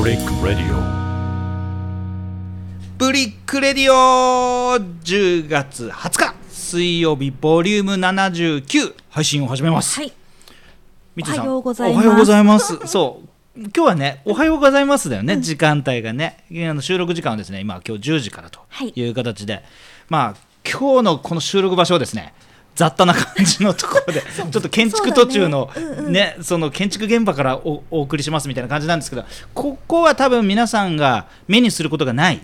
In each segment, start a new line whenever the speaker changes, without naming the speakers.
Break Radio
ブリックレディオ10月20日水曜日ボリューム79配信を始めます、
はい。
みつさん
おはようございます
おはようございますそう今日はね「おはようございます」だよね、時間帯がねあの収録時間はですね今今日10時からと
はい
いう形で、まあ今日のこの収録場所はですね雑多な感じのとこ ろでちょっと建築途中の
そ
ね
うだ
そ
ねうんうん
の建築現場からおお送りしますみたいな感じなんですけどここは多分皆さんが目にすることがない、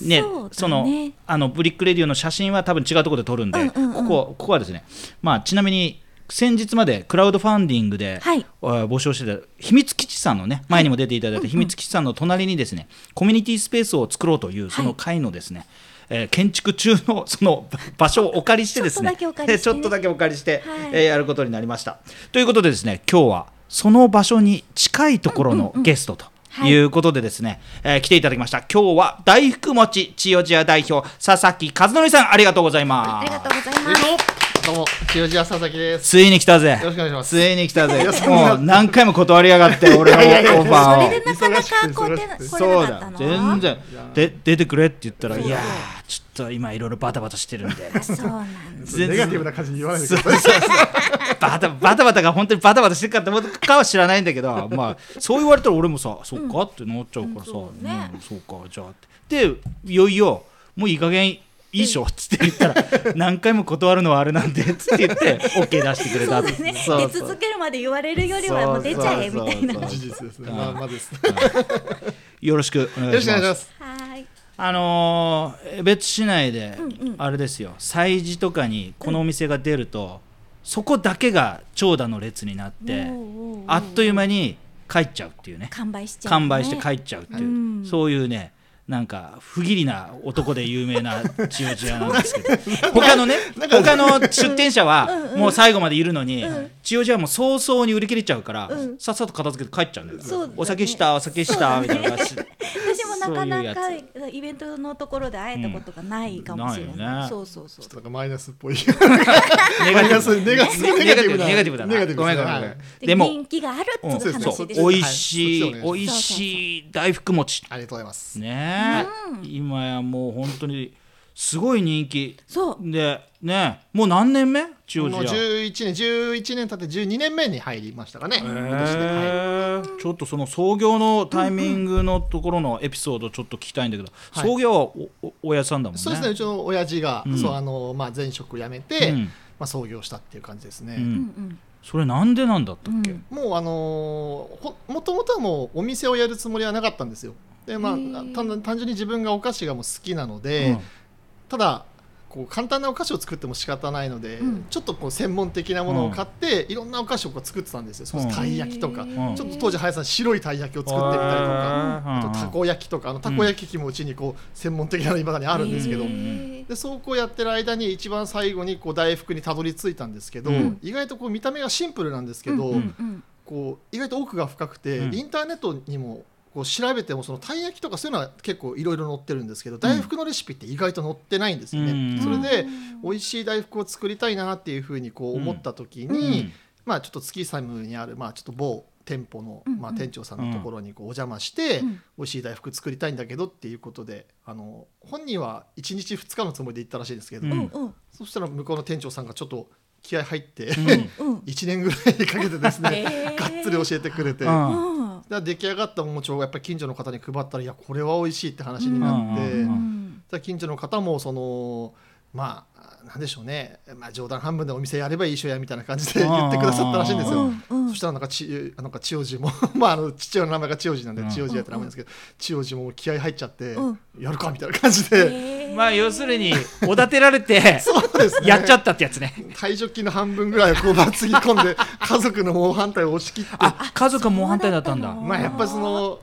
ね
そうだね
のあのブリックレディオの写真は多分違うところで撮るんで、
うんうんうん
ここここはですね、まあ、ちなみに先日までクラウドファンディングで、
はい
えー募集してた秘密基地さんのね前にも出ていただいた秘密基地さんの隣にですねコミュニティスペースを作ろうというその会のですね、えー建築中のそのば場所をお借りしてですね
ちょっとだけお借りしてね
えーちょっとだけお借りして、
はい
えーやることになりました。ということでですね今日はその場所に近いところのゲストと。
はい
いうことでですね、えー来ていただきました今日は大福餅千代千代代表佐々木和則さんありがとうございます、
ありがとうございます。
どうも、清治屋佐々木です。
ついに来たぜ
よろしくお願いします
ついに来たぜ
いやそんな
もう何回も断りやがって俺のオファ
そ
ー
れ
を
でなかなかこう出な
忙しくて
来
忙しくて
れ
そう
なかった
だ
の。
全。然で出てくれって言ったらいやーちょっと今いろいろバタバタしてるんで
そうなんです。
ネガティブな感じに言わないでください。
バタバタバタが本当にバタバタしてるかって思うかは知らないんだけ どまあそう言われたら俺もさそっかってなっちゃうからさ、
うんそうね
うんそうかじゃあってでいよいよもういい加減いいっしょっつって言ったら 何回も断るのはあれなんでっつって言って OK 出してくれ
そ
た
うだ
って
ね。
そうそう
出続けるまで言われるよりはもう出ちゃえみたいな。
そうそうそ
は
う
事実ですね。まあ、まあです。よ
よろしくお願
ろ
い
し
し
くお願
ま
いしますす。
ーい。
あのー江別市内で、あれですよ催事とかにこのお店が出ると、そこだけが長蛇の列になって
おうおうおう
あっという間に帰っちゃうっていうね
完売しちゃう、
完売して帰っちゃうっていう、
うん
そういうねなんか不義理な男で有名な千代千代なんですけど他のね他の出店者はもう最後までいるのに、千代千代はもう早々に売り切れちゃうから、さっさと片付けて帰っちゃうんだよ、
そうだね
お酒したお酒した、みたいな感じ
私もなかなか
そう
イベントのところで会えたことがないかもしれない。
うんないよね
そうそうそう。
なんかマイナスっぽい。
ネ
マ
ガ
イナ
ティ
ス、
ブ
ネガス、
ネガティブだネガティブだ
ネガティブ
ごめんごめんごめ
ですね
ん、
はい
で
でも
人気があるっていう
うん
話
そう
です。
美
おい
味し
はいい
美味しい大福餅
ありがとうございます。
ねえ、今やもう本当にすごい人気
そう
でねえもう何年目千代
もう
千代
11年、11年経って12年目に入りましたかね。今
へ
年ではい
えちょっとその創業のタイミングのところのエピソードちょっと聞きたいんだけど、
はい
創業はおおお屋さんだもんね
そうですね、うちの親父が、
ん
そう、あの、まあ、前職辞めて、
うん
まあ、創業したっていう感じです
う
ね。
うん
ん、
うん。
それなんでなんだったっけ、
うん
もう、あのー、ほ、もともとはもう、お店をやるつもりはなかったんですよ。で、まあ
へー、
単単純に自分がお菓子がもう好きなの
う
で
ん。
ただこう簡単なお菓子を作っても仕方ないので、
うん
ちょっとこう専門的なものを買って、いろんなお菓子をこう作ってたんですよ、そううんたい焼きとか、
ん
ちょっと当時林さん白いたい焼きを作ってみたりとか、
うん
あとたこ焼きとかあのたこ焼き器もうちにこう専門的なの今だにあるんですけど、
へー
でそうこうやってる間に一番最後にこう大福にたどり着いたんですけど、
うん
意外とこう見た目がシンプルなんですけど、
うん
うん
こう意外と奥が深くて、
うん
インターネットにもこう調べてもそのたい焼きとかそういうのは結構いろいろ載ってるんですけど、大福のレシピって意外と載ってないんですよ
う
ね。
ん
それで
うん
美味しい大福を作りたいなっていうふうにこう思った時に、
うん
まあ、ちょっと月寒にある、まあ、ちょっと某店舗の、
うん
まあ、店長さんのところにこうお邪魔して、
うん
美味しい大福作りたいんだけどっていうことであの本人は1日2日のつもりで行ったらしいんですけど、
う
うんうん
そしたら向こうの店長さんがちょっと気合入 って、
うん
うん。
1年ぐらいかけてですね、
へー
がっつり教えてくれて。
うん
うん
だから出来上がったお餅をやっぱり近所の方に配ったらいやこれは美味しいって話になって、
うんうんうんうん
だから近所の方もそのまあなんでしょうね、まあ、冗談半分でお店やればいいっしょやみたいな感じで
うん
言ってくださったらしいんです
う
よ。
うんうん
そしたらなんかちなんか千代寺も まああの父親の名前が千代寺なんで
うん
千代寺やって名前ですけど千代寺も気合入っちゃって
うん
やるかみたいな感じで
へー
まあ要するにおだてられて
そうですね
やっちゃったってやつね
退職金の半分ぐらいをこうばつぎ込んで家族の猛反対を押し切って
あ家族は猛反対だったんだ
そうだったの
まあやっぱりその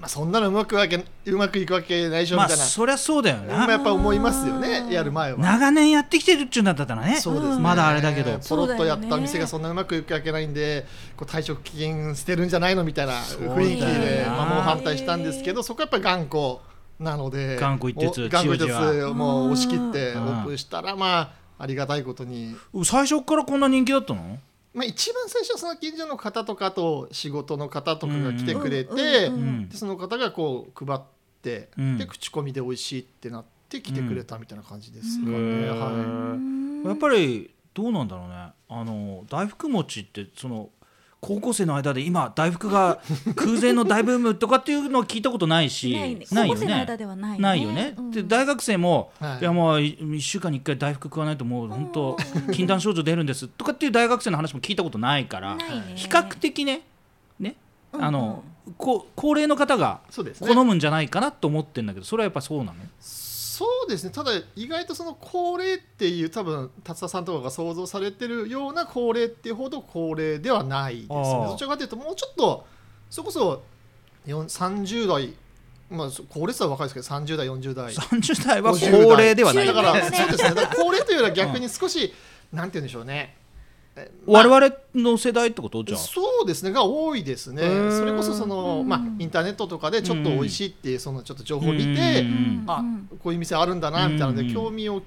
まあそんなのうまくわけうまくいくわけないでしょみ
まあ
たいな
そりゃそうだよ
まあや
な
っぱ思いますよねやる前は。
長年やってきてるっちゅうんだったらね
そうですね
まだあれだけど
ポロッとやったお店がそんなうまくいくわけないんで、こう退職期限捨てるんじゃないのみたいな雰囲気
そうだ
で、
よな
まあ、もう反対したんですけど、そこはやっぱり頑固なので、
頑固一徹
お頑固一
千代寺
徹もう押し切ってオ
うん
ープンしたら、まあ、ありがたいことに、
最初からこんな人気だったの
まあ、一番最初はその近所の方とかと仕事の方とかが来てくれて、
うん
うん
でその方がこう配って、
うん
で口コミで美味しいってなって来てくれたみたいな感じですかね、
うん
は
やっぱりどうなんだろうねあの大福餅ってその高校生の間で今大福が 空前の大ブームとかっていうのは聞いたことないし
ないね。
な
ないい
よ
よね。高校生の
ね
間。ではないね。
ないよね、
うん
で大学生も、
はい
い、やもう1週間に1回大福食わないともう本当
う
禁断症状出るんですとかっていう大学生の話も聞いたことないから
ないね
比較的ねねあの、こ高齢の方が
い、そうですね
好むんじゃないかなと思ってるんだけどそれはやっぱそうなの
そうですねただ意外とその高齢っていう多分達田さんとかが想像されてるような高齢っていうほど高齢ではないです
あ
ね
あ
どちらかというともうちょっとそれこそ4 30代まあそ高齢者は若いですけど30代40代
30代は高
50
齢ではない
だ
よ
か
ね
らそうですねだから高齢というよりは逆に少し、なんて言うんでしょうねえまあ
我々の世代ってことじゃん
そうですねが多いですね
うーん
それこそその、まあ
う、ん
インターネットとかでちょっと美味しいっていうそのちょっと情報を見
う
て
ん
あこういう店あるんだなみたいなの
うん
で興味を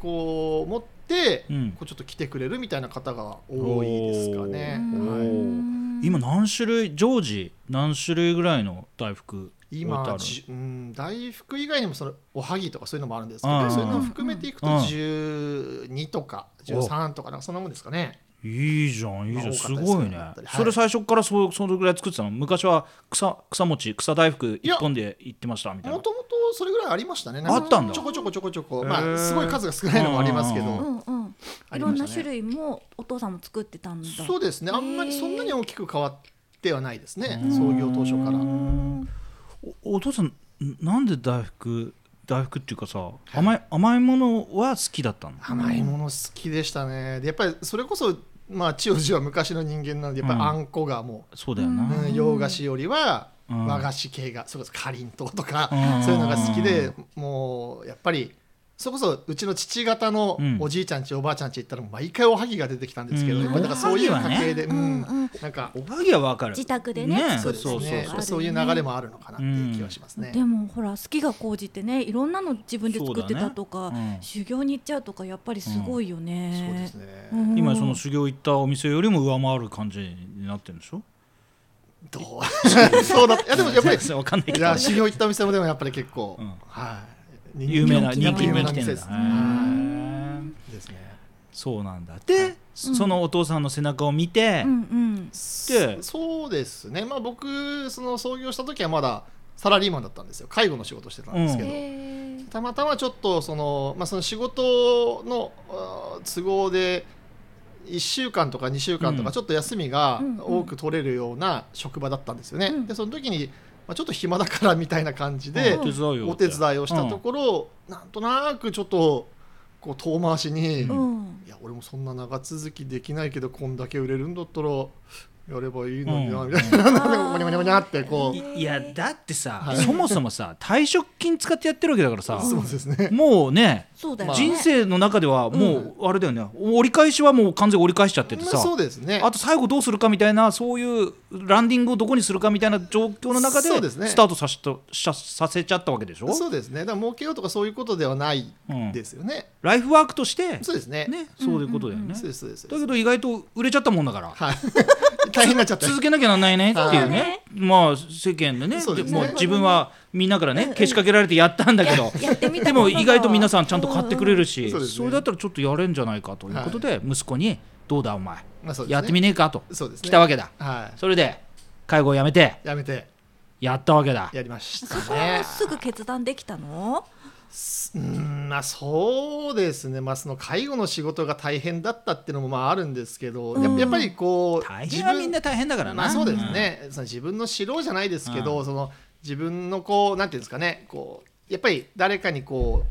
こう持って
うん
こうちょっと来てくれるみたいな方が多いですかね
おー
はい
今何種類常時何種類ぐらいの大福置いてあ
今
る
じうん大福以外にもそのおはぎとかそういうのもあるんですけ
あー
どそういうのを含めていくと
うん
12とか13とかなんかそんなもんですかね。
いいじゃんいいじゃん
多
す
かったですね
ごいね、
やっぱりはい
それ最初からそうそのぐらい作ってたの昔は草草餅草大福一本で行ってましたみたい
も
な
ともとそれぐらいありましたね。な
あ
か
ったんだ
ちょこちょこちょこちょこ、
へ
ま
ー
あ、すごい数が少ないのもありますけ
う
う
ど。
んうん。
あ
い
り
ろ
ま
ん
した
な
ね
種類もお父さんも作ってたんだ。
そうですね。あんまり
へー
そんなに大きく変わってはないですね
う。ん
創業当初から。
おお父さんなんで大福大福っていうかさ甘い甘いものは好きだったの
甘いもの好きでしたね。で、やっぱりそれこそ、まあ、千代寺は昔の人間なので、やっぱりあんこがも
そうだよ
う、
な、
うん洋菓子よりは。
うん
和菓子系が、それこそかりんとうとか
うん、
そういうのが好きで、もう、やっぱり。それこそうちの父方のおじいちゃんち、おばあちゃんち行ったら毎回おはぎが出てきたんですけど、
うん
やっぱりだからそういう
おは
家
ぎはね
庭で、う
うん
ん
うん。
なんか
おはぎはわかる
自宅でね
え
そ
そうう
で
ですす
ね
ね
そう
あるね
いう流れもあるのかなっていう気はしますね。
でもほら好きが高じてねいろんなの自分で作ってたと
そうだ
か、
ねうん
修行に行っちゃうとかやっぱりすごいよ
そうで
ね
す。ね、
うん
今その修行行ったお店よりも上回る感じになってるんでしょ
どう そうだいやでもやっ ぱり
わかんないけ
い
ど
や修行行ったお店もでもやっぱり結構、
うん
はい
有名な人
人
気
気
に
の
来てんだ
で
へ
すは
ー
いですね。
そうなんだでそのお父さんの背中を見て
うんうん。
そそうですね。まあ僕その創業した時はまだサラリーマンだったんですよ。介護の仕事してたんですけど。
へー
たまたまちょっとその,、まあ、その仕事のあー都合で1週間とか2週間
う
と
ん
かちょっと休みが
うんうん
多く取れるような職場だったんですよね。
うん
でその時に、まあ、ちょっと暇だからみたいな感じ
で
で
お手伝いを
お手伝いをしたところ、なんとなくちょっとこう遠回しに、
う
う
い
ん。
や俺もそんな長続きできないけどこんだけ売れるんだったらやればいいのにな、
うん
みたいな、
ん
なんかゴニャゴニャゴニャってこ
いいやだってさ
はい
そもそもさ退職金使ってやってるわけだからさ
うそうですね。
もうね
そうだよ
まあ
ね。
人生の中ではもうあれだよね折り返しはもう完全に折り返しちゃってて
まあ
さ
そうですね
あと最後どうするかみたいなそういうランディングをどこにするかみたいな状況の中で
そうですね
スタートさせたささせちゃったわけでしょ
そうですね。だから儲けようとかそういうことではない
うん
ですよね。
ライフワークとして
そうですね。
ねそういうことだよね
そうですそうです。
だけど意外と売れちゃったもんだから
はい。大変になっちゃった。
続けなきゃなんないねっていう
は
ねまあ世間でね
そうですね
もう自分はみんなからねけしかけられてやったんだけど
やってみた
でも意外と皆さんちゃんと買ってくれる
うん
し
そうですね
それだったらちょっとやれんじゃないかということで息子に「どうだお前
まあそうですね
やってみねえか」と
そうですね。
来たわけだ
は
それで介護をやめて
い。やめて
やったわけだ
やりまし
そ
た
こは
ね。
すぐ決断できたの？
うーんまあそうですね。まあその介護の仕事が大変だったっていうのもまああるんですけど、やっ
うん
やっぱりこう
大変はみんな大変だから
ま
な
あそうですね、その自分の知ろうじゃないですけど、その自分のこうなんていうんですかねこうやっぱり誰かにこ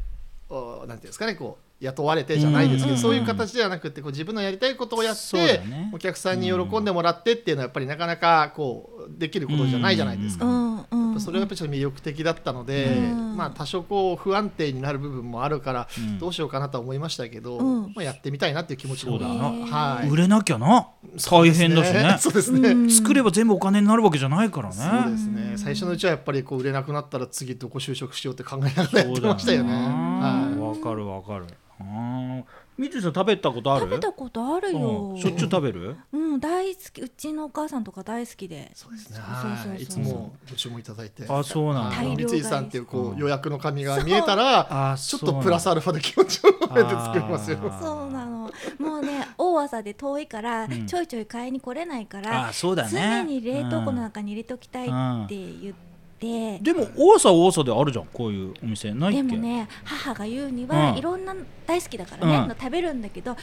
うおなんていうんですかねこう雇われてじゃないですけど、
うん
そういう形ではなくてこう自分のやりたいことをやって、
そうだよね
お客さんに喜んでもらってっていうのはやっぱりなかなかこうできることじゃないじゃないです
う
か。
うんうん。
それはやっぱりちょっと魅力的だったので、
うん
まあ、多少こう不安定になる部分もあるから
うん
どうしようかなとは思いましたけど、
うん
まあ、やってみたいなっていう気持ちの方が
そうだな
はい、
売れなきゃな大変だしね
そうですね、
うん
作れば全部お金になるわけじゃないから
そうで
ね
すね最初のうちはやっぱりこう売れなくなったら次どこ就職しようって考えながらやってましたよね。
そうだよな
は
わかるわかるうんみつさん食べたことある
食べたことあるよ、
う
うんん、
しょっちゅう食べる
大好きうちのお母さんとか大好きで
そうですね。
そうそうそうそう
はいいつもご注文いただいて。
あそうなんだ
あの
大量買い
三井さんっていうこ
うん
う予約の紙が見えたら、
あ
ち
そ
ょっ
うなん
と
だ
プラスアルファで気持ちを込めて作りますよ。
あー
そうなのもうね大朝で遠いから、
ん
ちょいちょい買いに来れないから
あそうだね
常に冷凍庫の中に入れときたいって言って、
でも多さ多さであるじゃんこういうお店ないっけ
でもね母が言うには、
うん
いろんな大好きだからね、
うん
の食べるんだけど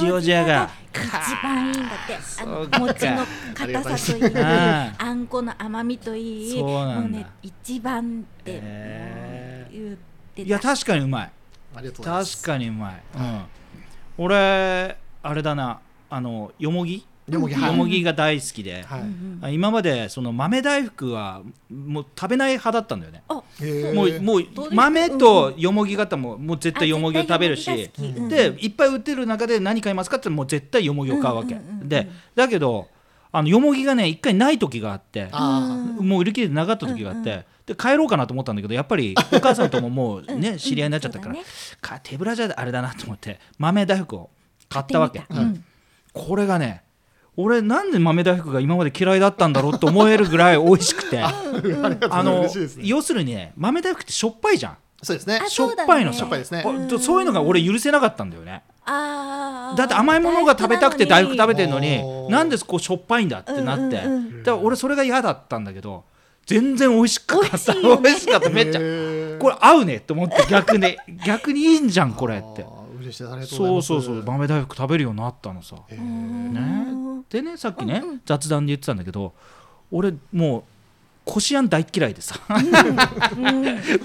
塩塩ジャが
一番いいんだってあ
そ
の
うか
餅の硬さといい
あ
あんこの甘みといい
そうなんだ
もうね一番って
へー
言ってた
いや確かにうまい
ありがとうございます。
確かにうまい、うん、俺あれだなあのよもぎ
よもぎは
よ
い
もぎが大好きで、
は
う
い
んうん
あ今までその豆大福はもう食べない派だったんだよね
へー
もうもう
どうです
豆とよもぎ型ももう絶対よもぎを食べる
あ
し
絶対よもぎが好き
でいっぱい売ってる中で何買いますかって言ったらもう絶対よもぎを買うわけ、
うんうんうんうん
でだけどあのよもぎがね一回ない時があって
あ
うん
もう売り切れてなかった時があって、で帰ろうかなと思ったんだけどやっぱ りお母さんとももう
うん
ね知り合いになっちゃったから、
うん
か手ぶらじゃあれだなと思って豆大福を買ったわけ、
買ってみたうん
これがね俺なんで豆大福が今まで嫌いだったんだろうって思えるぐらい美味しく てあ
ー ありがとうございます。
の
嬉しいですね。
要するにね豆大福ってしょっぱいじゃん
そうですね
あ。
しょっぱいの
そうだね
さ
しょっぱい
ですね
あ
うん
そういうのが俺許せなかったんだよね
あー
だって甘いものが食べたくて大福食べてるの
大福なの
に
に
なんでこうしょっぱいんだってなってだ
うんうんう
から俺それが嫌だったんだけど全然美味しか
美
っ
味したいよね
美味しかっためっちゃ
ゃ
これ合うねって思って逆に逆にいいんじゃんこれって
嬉しいありがとうござい
そ
ま
う
す。
そうそう豆大福食べるようになったのさ
へ
う
ー
ん
ねでねさっきね雑談で言ってたんだけど俺もうこしあん大っ嫌いでさ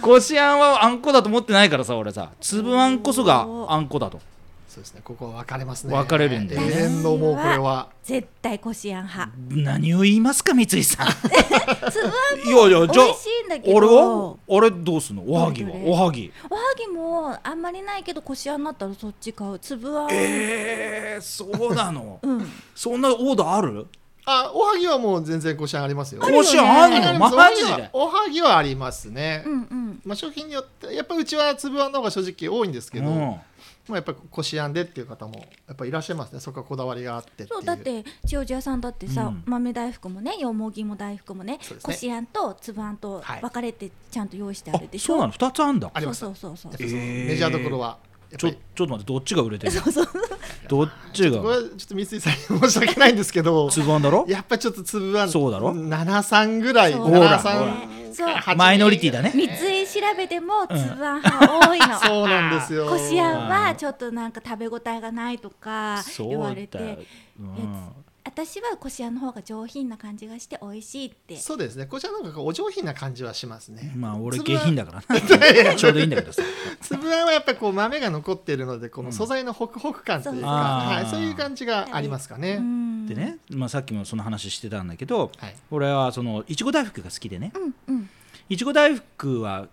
こしあんはあんこだと思ってないからさ俺さ粒あんこそがあんこだと
そうですね。ここは分かれますね。
分かれるんで
永遠のもうこれは。
絶対こしあん派
何を言いますか三井 さん
つぶあん
いやいやじゃあ
美味しいんだけど
俺はあれどうすんのおはぎは
どれどれ
おはぎ
おはぎもあんまりないけどこしあんになったらそっち買うつぶあん、
えー、そうなの、
うん
そんなオーダーある
あ、おはぎはもう全然こしあんありますよ。
こしあん
あ
あん
り
のマ
ますおはぎ
ジ
は
で
おはぎはありますね
う。んうん
まあ商品によってやっぱうちは粒あんの方が正直多いんですけど、
うん
まあやっぱこしあんでっていう方もやっぱいらっしゃいますね。そこはこだわりがあってっていう。
そうだって塩地屋さんだってさ、
うん
豆大福もねよもぎも大福もね
そうです
こ
ね
しあんとつぶあんと
はい
分かれてちゃんと用意してあ
あ
るでし
そ
ょ、
うなの2つあんだ
あります
そうそうそう
や
そう
っぱりその
えー
メジャーどころはやっ
ち
ぱ
ょち
り
ょっと待ってどっちが売れてるのどっち
これ
が
はちょっと三井さんに申し訳ないんですけ ど
つぶあんだろ
やっぱちょっと粒あん
そうだろ
73ぐらい
そう
ほら
73
そう
8
マイノリティだね
三井調べてもつぶあん派多いの、
そうなんですよ
こしあんはちょっとなんか食べ応えがないとか言われて、
そうだようん
私はこしあんの方が上品な感じがして美味しいって
そうですねこちらの方がお上品な感じはしますね
まあ俺
粒
下
あん
品だからなちょ うどいいんだけどさ
粒あんはやっぱりこう豆が残っているのでこの素材のホクホク感というか、
うん
あー
はい、そういう感じがありますかね、
うん
でね、まあ、さっきもその話してたんだけど、
はい
俺はそのいちご大福が好きでね
うんうん
いちご大福は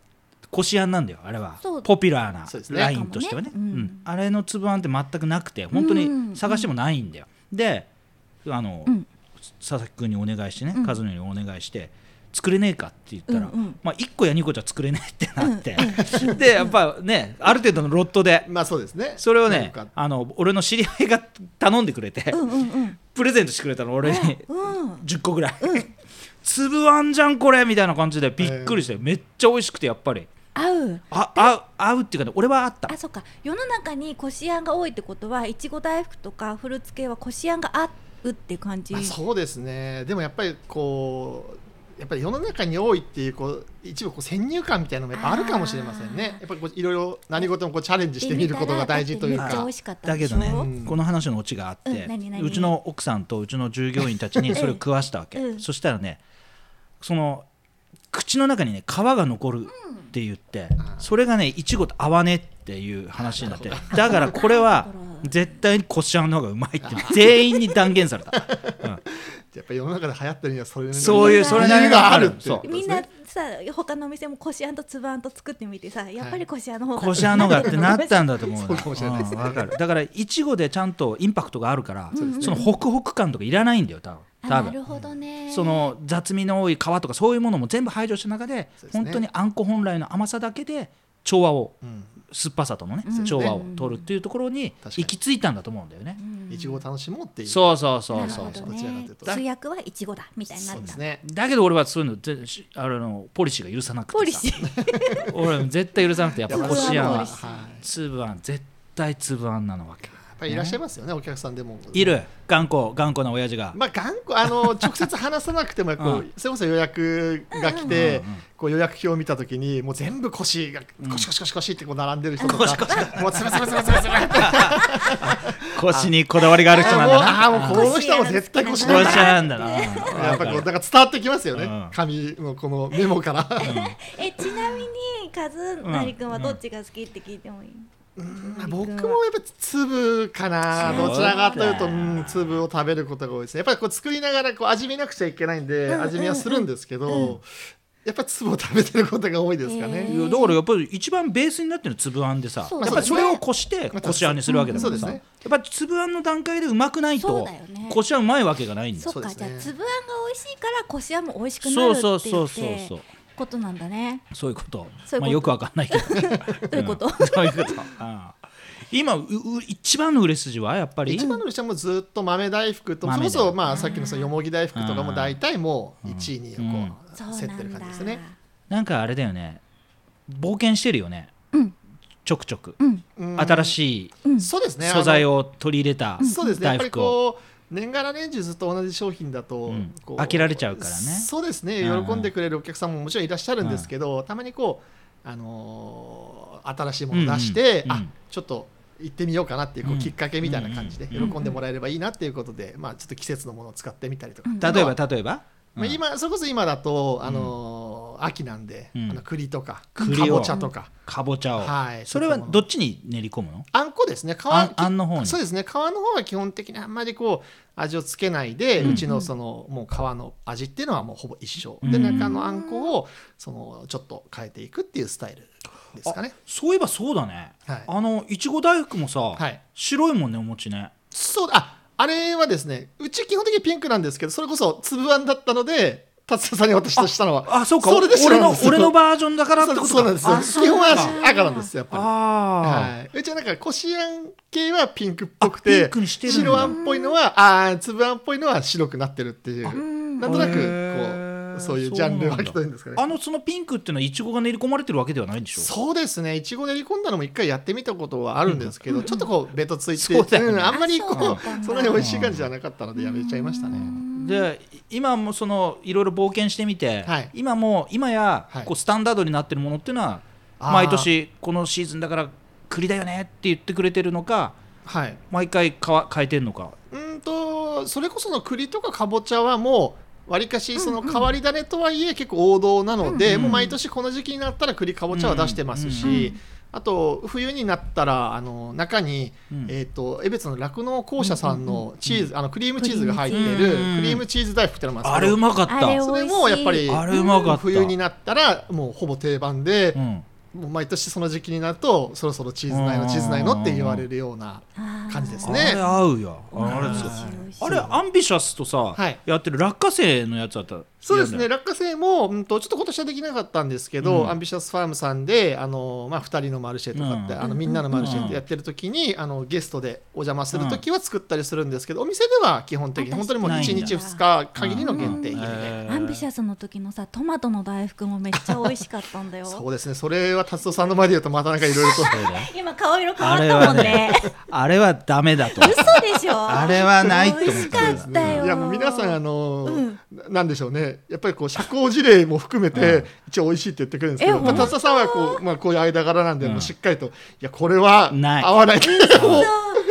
こしあんなんだよあれは
そう
ポピュラ
そう
ー
です
な
ね
ラインとしてはね
かもねうん
うんあれの粒あんって全くなくて本当
う
に
ん
探してもないんだよ、であの、
うん
佐々木君にお願いしてね
うん
和野にお願いして作れねえかって言ったら、
うんうん
まあ、1個や2個じゃ作れねえってなって、 でやっぱねある程度のロットで
まあそうですね
それをね
なんか
あの俺の知り合いが頼んでくれて、
うんうんうん
プレゼントしてくれたの俺に
うん
10個ぐらい、粒あんじゃんこれみたいな感じでびっくりして、めっちゃ美味しくてやっぱり
合う
あ合う合うっていうかね俺はあった
あそっか世の中にこしあんが多いってことはいちご大福とかフルーツ系はこしあんが合うって感じ、
まあ、そうですねでもやっぱりこうやっぱり世の中に多いっていうこう一部こう先入観みたいなのもやっぱあるかもしれませんねやっぱりこういろいろ何事もこうチャレンジしてみることが大事という
めっちゃ美
か
味しかった
だ
で
け
し
ど
ょ
ね、
うん
この話のオチがあって、
うん何々
うちの奥さんとうちの従業員たちにそれを食わしたわけ、
うん
そしたらねその口の中にね皮が残るって言って、それがねいちごと合わねえっていう話になってだからこれは絶対にこしあんの方がうまいって全員に断言された、うん
やっぱり世の中で流行ってるにはそれなりの
そういうそれなりの
理由があるっていう
そう
ことで
みん
す
な
ね
さ他のお店もこしあんとつぶあんと作ってみてさやっぱりこしあんの方が
こしあんのがってなったんだと思う
そうかもしれないですね
うんわかるだからいちごでちゃんとインパクトがあるからそ,、
そうですね
のホクホク感とかいらないんだよ多分
あ
多
な
分
るほどね
その雑味の多い皮とかそういうものも全部排除した中で
そうですね
本当にあんこ本来の甘さだけで調和を
うん
酸っぱさとのね、
うん
調和を取るっていうところに
確かに
行き着いたんだと思うんだよね。
いちごを楽しもうっていう
そうそうそ
な
う
る
そ
ほ
うそ
ど
う。
どちらか
ね
というと
通訳はいちごだみたいになっ
そうです
た
ね
だけど俺はそういうのぜしあのポリシーが許さなくてさ
ポリシー
俺絶対許さなくてやっぱ
いや
こしあん
ポ
は
リシー
はい
粒あん絶対粒あんなのわけ
やっぱりいらっしゃいますよね、お客さんでも。
いる頑固頑固な親父が、
まあ、頑固あの直接話さなくてもこう、
うん
それこそ予約が来て、
うんうんうん
こう予約表を見たときにもう全部腰が
うん
腰腰腰腰ってこう並んでる人とか、もうつぶつぶつぶつぶつぶって
腰にこだわりがある人なんだな
あーもうあーもうこの人も絶対腰
腰
なんだな
なんだな
やっぱこうだから伝わってきますよね、
うん
紙のこのメモから、
えちなみにカズナリ君はどっちが好きって聞いてもいい、
僕もやっぱ粒かな
そう
どちらかというと、
う
うんん、粒を食べることが多いですねやっぱりこう作りながらこう味見なくちゃいけないんで、
うん
味見はするんですけど、やっぱ粒を食べてることが多いですか
へ
ね、
ー
いやだからやっぱり一番ベースになってるのは粒あんでさ
そう
やっぱりそれをこしてこしあんにするわけだから
そ
さ、
うです
やっ
ね
ぱり粒あんの段階でうまくない
そう
と
だよね
こしあんうまいわけがないんだ
そ
よ
っか、
そう
じ
で
ゃ
す
あ
ね
粒あんが美味しいからこしあんも美味しくな
そ
る
う
って
そうそ
言
うそう
っ
そう
てことなんだね
そういうこと
そういうこと
まあよくわかんないけど
どういうこと、
うんそういうことうん今うう一番の売れ筋はやっぱり
一番の列車もずっと豆大福とそ
豆
れ
だ
こそまあさっきのそのよもぎ大福とかも大体もう1位にこ
うん
そう
う競ってる
なん
感じ
だ
ですね。
なんかあれだよね冒険してるよね、
うん
ちょくちょく、
うん
うん
新しい
うん
そうですね。
素材
を
を取り入れた
そうですね。や
大
っぱり
福を
こう年がら年中ずっと同じ商品だと
うん
こう
飽きられちゃうからね
そうですね。
うん
喜んでくれるお客さんももちろんいらっしゃるんですけど、たまにこうあのー新しいものを出して、
うんうんう
あ
ん
ちょっと行ってみようかなっていうこ
う
うんきっかけみたいな感じで
うん
喜んでもらえればいいなっていうことで、まあちょっと季節のものを使ってみたりとか。
うん
例えば例えば、
まあ、
うん
今それこそ今だと、あのー秋なんで、
うん
あの栗とかか
栗を
ぼちゃとか、
かぼちゃを、
はい
それはどっちに練り込むの
あんこですね皮
あんあんの方に
そうですね皮の方は基本的にあんまりこう味をつけないで、
う
うんちのそのもう皮の味っていうのはもうほぼ一緒、
うん
で中のあんこをそのちょっと変えていくっていうスタイルですかね
そういえばそうだね、
はい
あのいちご大福もさ、
はい
白いもんねお餅ね
そうああれはですねうち基本的にピンクなんですけどそれこそ粒あんだったので達也さんに私としたのは
あそうか
それで白
俺
な
の
んですよ
俺のバージョンだからってことか
そうなんですよ
あそう
基本
なんだ
は赤なんですよやっぱり
あ
はい、うちはなんかこしあん系はピンクっぽく
あピン
て
クにしてるんだ
白あんっぽいのはあー粒あんっぽいのは白くなってるっていう
うん
なんとなく
へー
こうそういうジャンル分けというんですか
あ、
ね
あのそのピンクっていうのはイチゴが練り込まれてるわけではないんでしょ
そうですねいちご練り込んだのも一回やってみたことはあるんですけど、ちょっとこうベトついて
そうだよね
んあんまりこ
あそうだ
う
ったんだ
そんなに美味しい感じじゃなかったのでやめちゃいましたね、
で今もそのいろいろ冒険してみて、
はい
今も今や
はい
こうスタンダードになってるものっていうのは、
あー
毎年このシーズンだから栗だよねって言ってくれてるのか
はい
毎回かわ変えてんのか
うーんとそれこその栗とかかぼちゃはもうわりかしその変わり種とはいえ結構王道なので、
うんうん
もう毎年この時期になったら栗かぼちゃは出してますし、
うんうん
あと冬になったらあの中に、
うん
えー、と江別の酪農公社さんのチーズ、あのクリームチーズが入って
ク
る
リームチーズ
クリームチーズ大福ってのも
あ
る
れ
ん
う
です
まかっ
あれ
た
を
けどそれもやっぱり
あれうまかった
冬になったらもうほぼ定番で、
うん
もう毎年その時期になるとそろそろチーズないのチーズないのって言われるような感じですね
あれ合うよあれ
うん
そう
美味しい
あれアンビシャスとさ、
はい
やってる落花生のやつだったら
そうですね、
やるんだよ
落花生も、うん、とちょっと今年はできなかったんですけど、
うん
アンビシャスファームさんで、あのまあ、2人のマルシェとかって、
うん
あのみんなのマルシェっ
うん
てやってる時に、あのゲストでお邪魔する時は作ったりするんですけど、お店では基本的に本当にもう1
ないんだ
日2日限りの限定品で、
えー
アンビシャスの時のさトマトの大福もめっちゃ美味しかったんだよ
そうですねそれは達夫さんの前で言うとまたなんかいろいろと
そうだよ
今顔色変わったもんね
あれはダメだと
嘘でしょ
あれはないと思った
美味しかったよ
いやもう皆さんあの、
うん
ななんでしょうねやっぱりこう社交辞令も含めて、
うん
一応美味しいって言ってくれるんですけ
え
ど、まあ、
本
達夫さんはこう,、まあ、こういう間柄なんで、
うん
もうしっかりといやこれは
ない
合わないもう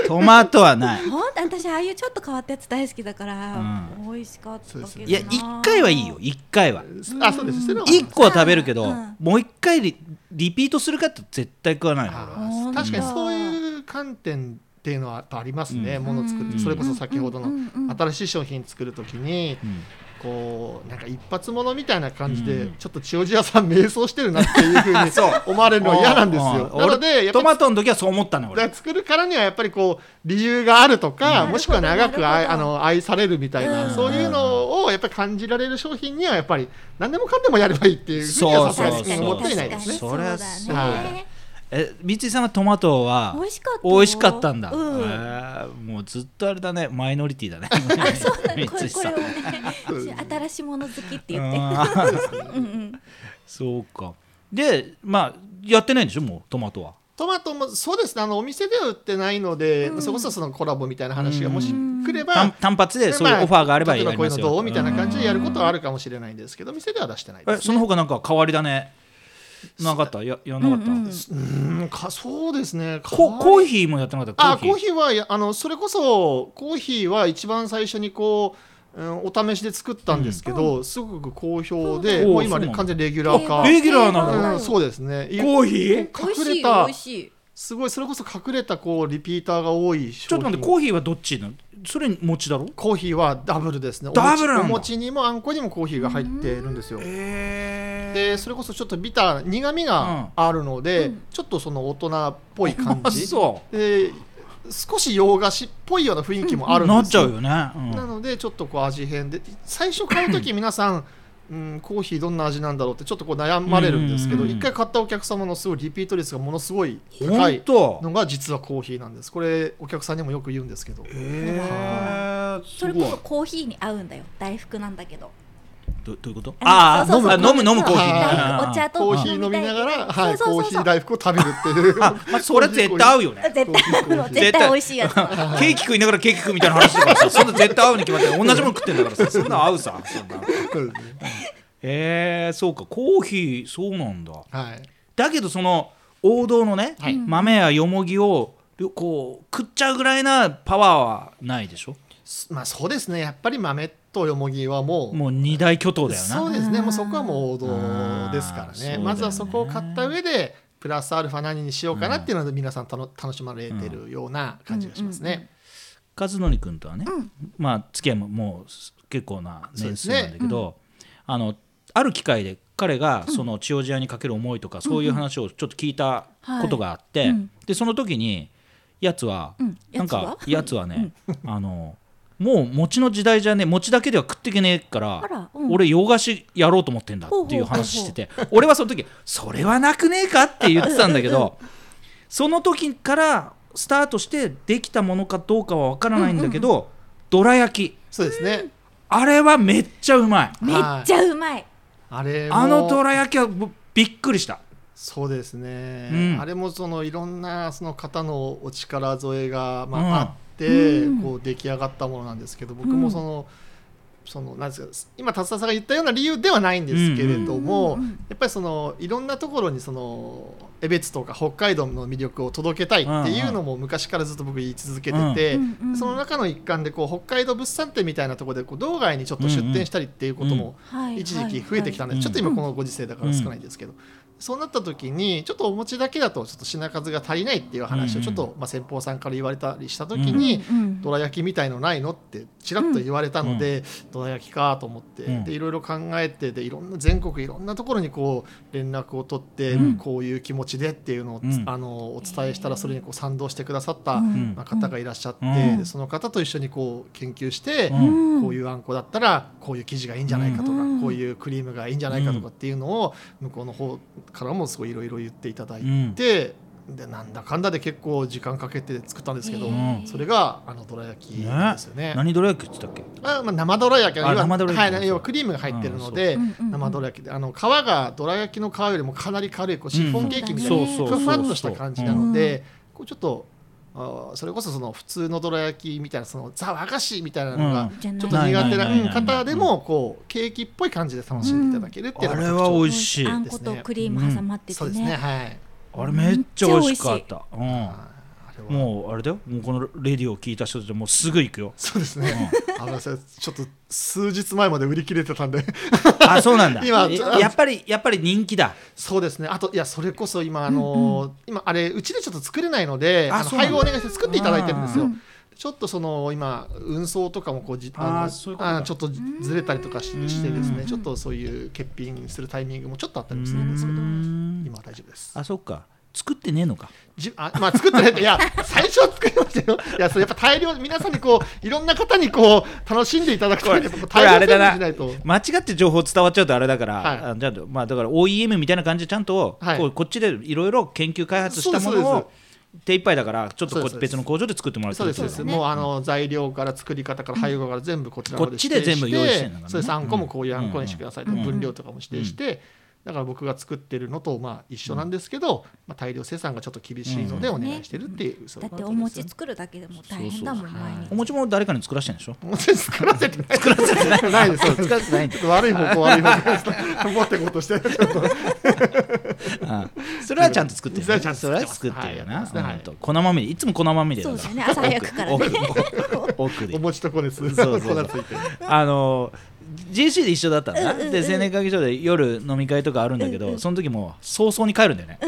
トマトはない
本当私ああいうちょっと変わったやつ大好きだから、美味しかったけど
そうですね
いや一回はいいよ一回は
あそうですそれは
一個は食べるけど、
うん
もう一回リリピートするかって絶対食わないの俺は
う
あ
ん
ー確かにそういう観点っていうのはやっぱありますね、
うん
もの作っ
うん
てそれこそ先ほど
うん
の
うんうん
新しい商品作るときに
うん
こうなんか一発物みたいな感じ
う
で
ん
ちょっと千代屋さん迷走してるなっていうふうに 思われるのは嫌なんですよ
う
なので
俺
やっ
ト
ぱ
マ
り
トの時はそう思ったのよ
だか
俺
ら作るからにはやっぱりこう理由があるとか、
うん
もしくは長く
なる
あ
ほど
あの愛されるみたいな、
うん
そういうのををやっぱり感じられる商品にはやっぱり何でもかんでもやればいいっていうふうにはさすが
そうそう
に
そう
思っていないですね。
そりゃそう
だ
ね。
え三井さんがトマトは
美味しかったよ
美味しかったんだ、
うん
えーもうずっとあれだねマイノリティだね
あ、 そ うだね。こ
三
れ
井
こ
さ
れ
ん
をね、新しいもの好きって言って。
あー
うんうん。
そうかでまあやってないんでしょもうトマトは
トマトもそうですねあのお店では売ってないので、
うん
それこそそのコラボみたいな話がもし
うん
来れば、
単単発で
まあ
そういうオファーがあればやり
例えばこうい
ま
う
す
のど
よ
うみたいな感じでやることはあるかもしれないんですけど店では出してない
うん
で
え
す、ね、
その他なんか変わりだねなかったややらなかった、
うんうん
うーんかそうですね
こコーヒーもやってなかった
あ
コ
コ
ー
ー
ヒー
ヒーはいやあのそれこそコーヒーは一番最初にこう、うん、お試しで作ったんですけど、すごく好評で、
うん
もう今
おーそうなんだ
完全にレギュラー化、
レギュラーな
う
の
ん、そうですねい
コーヒー
美味
隠
しい
れ
美
た
味しい。
すごいそれこそ隠れたこうリピーターが多い
ちょ
商
っと
品
待ってコーヒーはどっちなのそれ餅だろ
コーヒーはダブルですねお餅
ダブルなんだ
お餅にもあんこにもコーヒーが入ってるんですよ
え
でそれこそちょっとビター苦みがあるので、
うん
ちょっとその大人っぽい感
あ
じ
そ
で少し洋菓子っぽいような雰囲気もあ
う
るん
な
で
っ
す
ちゃ
よ
うよね、うん
なのでちょっとこう味変で最初買う時皆さん、うん、コーヒーどんな味なんだろうってちょっとこう悩まれるんですけ
う
ど
んうんうん
一回買ったお客様のすごいリピート率がものすごい高
本
い
当
のが実はコーヒーなんですこれお客さんにもよく言うんですけど
えー、
そ
す
れ
ご
こ
い
そコーヒーに合うんだよ。大福なんだけど。
どどういうこと
あ
あ
そうそう
あ
そう
飲む飲むコーヒーね
はい
あー
お茶と
コーヒー飲みながら、はい、
そうそうそ
コー
う
ヒ
そう
ー大福を食べるっていう
ま あ、それ絶対合うよね
絶対合う絶対美味しいやつ。
ケーキ食いながらケーキ食うみたいな話だからさそんな絶対合うに決まってる同じもの食ってんだからさそんな合うさそんな
そうですね
えー、そうかコーヒーそうなんだ
はい
だけどその王道のね、
はい
豆やよもぎをこう食っちゃうぐらいなパワーはないでしょ
すまあそうですねやっぱり豆とよもぎはもう
もう二大巨頭だよ
そ
な
うですねもうそこはもう王道ですから
あーそうだ
ね
よね
まずはそこを買った上でプラスアルファ何にしようかなっていうので皆さんたの楽しまれてるような感じがしますね、
和則君とはね、まあ付き合いももう結構な年数なんだけ
そうですね
ど、あのある機会で彼がその千代寺屋にかける思いとか、そういう話をちょっと聞いたことがあって、
はいうん
でその時にやつは、
うん
なん
や
か
つ
やつはね、あのもう餅の時代じゃね餅だけでは食っていけねえから
あらうん
俺洋菓子やろうと思ってんだっていう話してて俺はその時それはなくねえかって言ってたんだけ どその時からスタートしてできたものかどうかは分からないんだけど、どら焼き
そうですね
あれはめっちゃうまい
めっちゃうまい。
あれも
あのどら焼きはぶびっくりした
そうですね、
うん
あれもそのいろんなその方のお力添えが、まあ
うん
あっ
う
て、
ん
こう出来上がったものなんですけど僕
う
も
ん
その、そのなんですか今達田さんが言ったような理由ではないんですけれど
うん
も、
うんうんうん
やっぱりそのいろんなところにその江別とか北海道の魅力を届けたいっていうのも昔からずっと僕言い続けてて、
うんうんうん
その中の一環でこう北海道物産展みたいなところでこう道外にちょっと出店したりっていうことも、
うんうん
はい
一時期増えてきたんで、
はい
ちょっと今このご時世だから少ないんですけど、そうなった時にちょっとお餅だけだとちょっと品数が足りないっていう話
う
を
ん
ちょっと、まあ、先方さんから言われたりした時に、
うんうん
どら焼きみたいのないのってちらっと言われたので、どら焼きかと思って、
うん
でいろいろ考えてでいろんな全国いろんなところにこう連絡を取って、
うん
こういう気持ちでっていうのをつ、
うん
あのお伝えしたらそれにこう賛同してくださった、
うん
まあ、方がいらっしゃって、
うん
でその方と一緒にこう研究して、
うん
うん
こういうあんこだったらこういう生地がいいんじゃないかとか、
うん
こういうクリームがいいんじゃないかとかっていうのを向こうの方からもすごいいろいろ言っていただいて、でなんだかんだで結構時間かけて作ったんですけど、
うん
それがあのどら焼きですよね。
何どら焼きって言ったっけ
あまあ、生どら焼きは
あ生どら焼き
はい、要はクリームが入ってるので、
うんそう
生どら焼きであの皮がどら焼きの皮よりもかなり軽いこうシフォンケーキみたいな、
うん
ふわふわっとした感じな
うん
ので、こうちょっとあーそれこそその普通のどら焼きみたいなそのザ和菓子みたいなのが、
うん
じゃない
ちょっと苦
な
手
いないない
な
ない
方でもこうケーキっぽい感じで楽しんでいただけるっていう
あ
の
れ
が
は美
特徴
味しい
あ
あ
んことクリーム挟まってて
そうですね
ね。
はい
れめっちゃ美味しかった、うん
あーあれは
もうあれだよもうこのレディオを聞いた人たちはもうすぐ行くよ
そうですね、あのそれちょっと数日前まで売り切れてたんで
あそうなんだ
今
えやっぱりやっぱり人気だ
そうですねあといやそれこそ今あのー今あれうちでちょっと作れないので
あ
あの
そうなんだ
配合お願いして作っていただいてるんです
う
よちょっとその今運送とかもこうじ
あー
の
そういうことか
あーちょっとずれたりとかし
うん
してです
う
ね
ん
ちょっとそういう欠品するタイミングもちょっとあった
う
り
ー
もするんですけど
ん
今は大丈夫です
あそっか作ってねえのか
じあまあ作ってないっていや最初は作りまですよ。いや、それやっぱ大量、皆さんにこう、いろんな方にこう、楽しんでいただくために、やっぱこう
これあ
大
れ
量
だ
にし
な
ないと。
間違って情報伝わっちゃうとあれだから、
はい
あじゃあまあだから OEM みたいな感じでちゃんと、
はい
こうこっちでいろいろ研究開発したも
そうです
の
そう
を手一杯だからちょっと
そう
こ
です
う別の工場で作ってもらって
そう
る
で
っ
す
て
そう
こ
で
と
す、
だね
もうあの材料から作り方から配合から全部こちらま
こっちで
指定して
全部用意してんだからね
そうです3個もこういうあんこにしてくださいと、
うん
分量とかも指定して、だから僕が作ってるのとまあ一緒なんですけど、まあ、大量生産がちょっと厳しいので
う
お願いしてるっていう、そう
だ
い
っ
うこ
て
と
お餅
です
作るだけでも大変だもん
そうそう
毎
はい
日
お餅も誰かに作らしてんでしょ
お餅作らせてない作らせてないですそうで す
作らせてないんだ
ちょっと悪い方向悪い方向です持ってこうとしてちょっと
ああ それはちゃんと作ってるよね、
それはちゃんと
それは作ってるよ
はいや
な、
ってますねはい
うんと粉まみれいつも粉まみれだ
そ
か
う
ら
ですよね朝早くからね
奥奥で
お餅とこです
そうそうそう
粉ついてる
あの JC で一緒だったんだ、
うんうんうん
で青年会議所で夜飲み会とかあるんだけど、その時もう早々に帰るんだよね、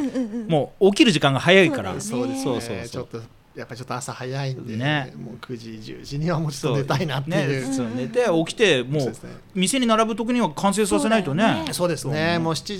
もう起きる時間が早いから
そうですね
そう
え
そう
ーち
そ
ょっ
う
とやっぱりちょっと朝早いんで、
ね
もう9時10時にはもうちょっと寝たいなっていう
ね、そう寝て起きても
そう
う
ですね
店に並ぶ時には完成させないと
そうだよ
ね
ね
そうですね、もう7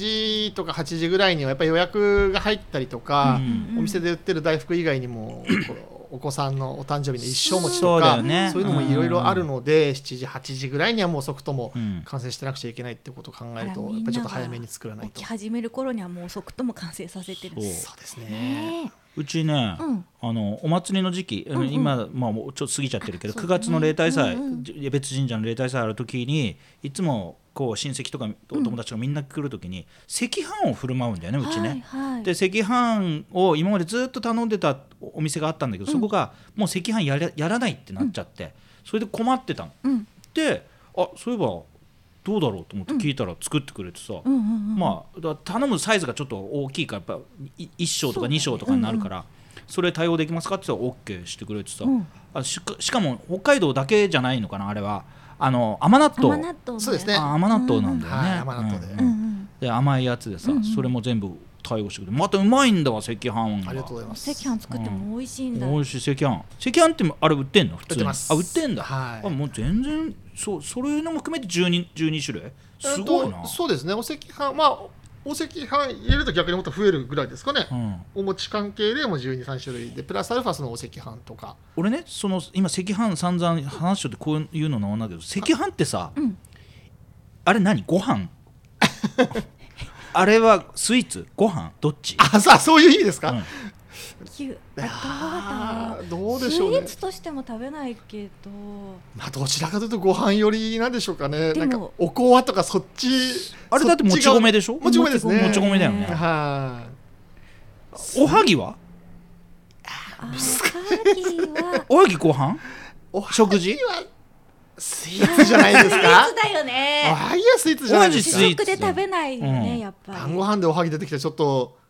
時とか8時ぐらいにはやっぱり予約が入ったりとか、
うん
お店で売ってる大福以外にも、こうお子さんのお誕生日の一生餅
そ
と
うだ
か
よ
そう,、
ね
いうのもいろいろあるので、7時8時ぐらいにはもう遅くとも
うん
完成してなくちゃいけないってことを考えると、
あら
や
み
っ
んな
ぱりちょっ
が
と早めに作らない
起
と
き。始める頃にはもう遅くとも完成させてる
そう
そうですね
ね
うちね、
うん
あのお祭りの時期、
んうん
今、まあ、もうちょっと過ぎちゃってるけど、
そう
9
だね
月の例大祭、
うんうん
じ別神社の例大祭ある時にいつもこう親戚とかお友達がみんな来る時に、赤飯を振る舞うんだよねうちね。
はいはい
で赤飯を今までずっと頼んでたお店があったんだけど、そこがもう赤飯やらやらないってなっちゃって、それで困ってたの。
うん
であそういえばどうだろうと思って聞いたら作ってくれてさ、
うんうん
まあ、だから頼むサイズがちょっと大きいからやっぱい1章と
そう
か
だね
2章とかになるからそ,、れ対応できますかって言ったら OK してくれてさ、
うん
あしかしかも北海道だけじゃないのかなあれはあの甘納
甘
豆
納豆
そうですね
あ甘納豆なんだよね、
はい甘納豆で
うん
うんうん
で甘いやつでさ、それも全部対応してくれてまたうまいんだわ赤飯が
ありがとうございます。
赤飯作っても美味しいんだ
美味しい赤飯赤飯ってあれ売ってんの普通
売っ
に
てます
あ売ってんだ、
はい
あもう全然そうそれのも含めて 12, 12種類すごい
え
な、
っとそうですね。お赤飯まあお赤飯入れると逆にもっと増えるぐらいですかね。
うん、
お餅関係でも12、3種類で、プラスアルファスのお赤飯とか、
俺ねその今赤飯散々話しとってこういうのなんだけど赤飯ってさ、
ん
あれ何ご 飯あれはスイーツご飯どっち
あ、さあ、そういう意味ですか、
うん
きゅあ
あ
どうだろう
ーどうで
スイ
しょうね
ー。ツとしても食べないけど
まあ、どちらかというとご飯寄りなんでしょうかね。
で
な
も
んかおこわとかそっち。
あれだってもち米でしょ
もち米ですね。
もち米だよ
うん
ね
は
おはぎは
あーカーキは
おはぎご飯
い。おは
食事
ぎはスイーツじゃないですか
スイー。ツだよね
おはぎはスイーツじゃないで
ス
す
イ
主
か
ー。ツ
食で食べないよね、
うん
やっぱり
晩ご飯でおはぎ出てきたらちょっと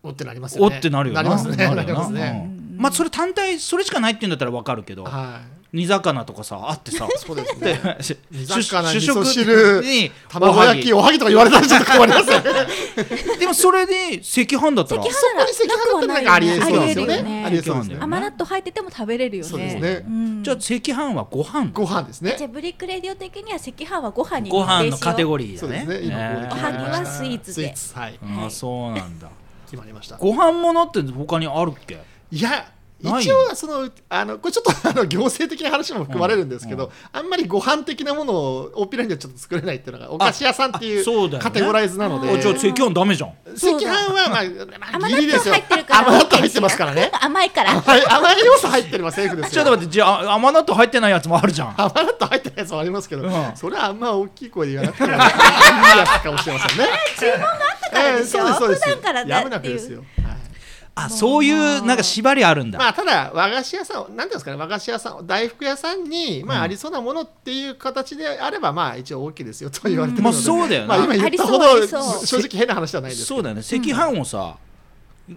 おってなります
お
よね。
ってなるよ
なりますね。
なる
なり
よな
ますね。
うんまあそれ単体それしかないって言うんだったらわかるけど
は
煮魚とかさあってさ
い。 そうです
で
ね。
主
煮魚
主
味噌汁
に
卵焼き
おは
おはぎとか言われたらちょっと困りますよね。
ぎでもそれで赤飯だったら
赤飯なら
そこに赤飯だったらなんかありえ
な
そ
く
う
はない
ですよ
よ
ね。あ
あ
り
り
え
えるよね
そうですよ
あ
ね。
甘納豆入ってても食べれるよね
そうですね
うん
じゃあ赤飯はご飯
ご飯ですね
じゃ。あブリックレディオ的には赤飯はご飯に
ご飯の
認定しよ
カ
う
テゴリー
そ
だ
うで
ね
すね。今こ
お
こで決
は
ま
ぎ
りま
は
した
スイーツで
スイーツはい
ああそうなんだ
決まりました。
ご飯ものって他にあるっけ
いや
ない
一応はそのあのこれちょっとあの行政的な話も含まれるんですけど、あんまりご飯的なものを大っぴらにはちょっと作れないっていうのがお菓子屋さんってい
あそうだ
う
よね
カテゴライズなので、
あじゃあ赤飯ダメじゃん
赤飯はまあ、まあ、
甘
ギ
納
リで
豆
すよ
入ってるから
甘納豆入ってますから ね
甘いから
はい甘い要素入ってるのはセーフです
ちょ
よ
っと待ってじゃあ甘納豆入ってないやつもあるじゃん
甘納豆入ってないやつもありますけど、
うん
それはあんま大きい声で言わなくてもいいやつかもしれませんね注文があった
からでしょ
そうですそう
普段から
です
だっていう
やむなくですよ、はい
あそういうなんか縛りあるんだ
まあ、ただ和菓子屋さん、なんていうんですかね、和菓子屋さん、大福屋さんに、まあ、ありそうなものっていう形であれば、まあ、一応 OK ですよと言われてるの
ま
で、
あそうだよな
まあ、今言ったほ
あ
ど、
りそうありそう
正直変な話ではないですけ
そ
ど。
うだよね赤飯をさ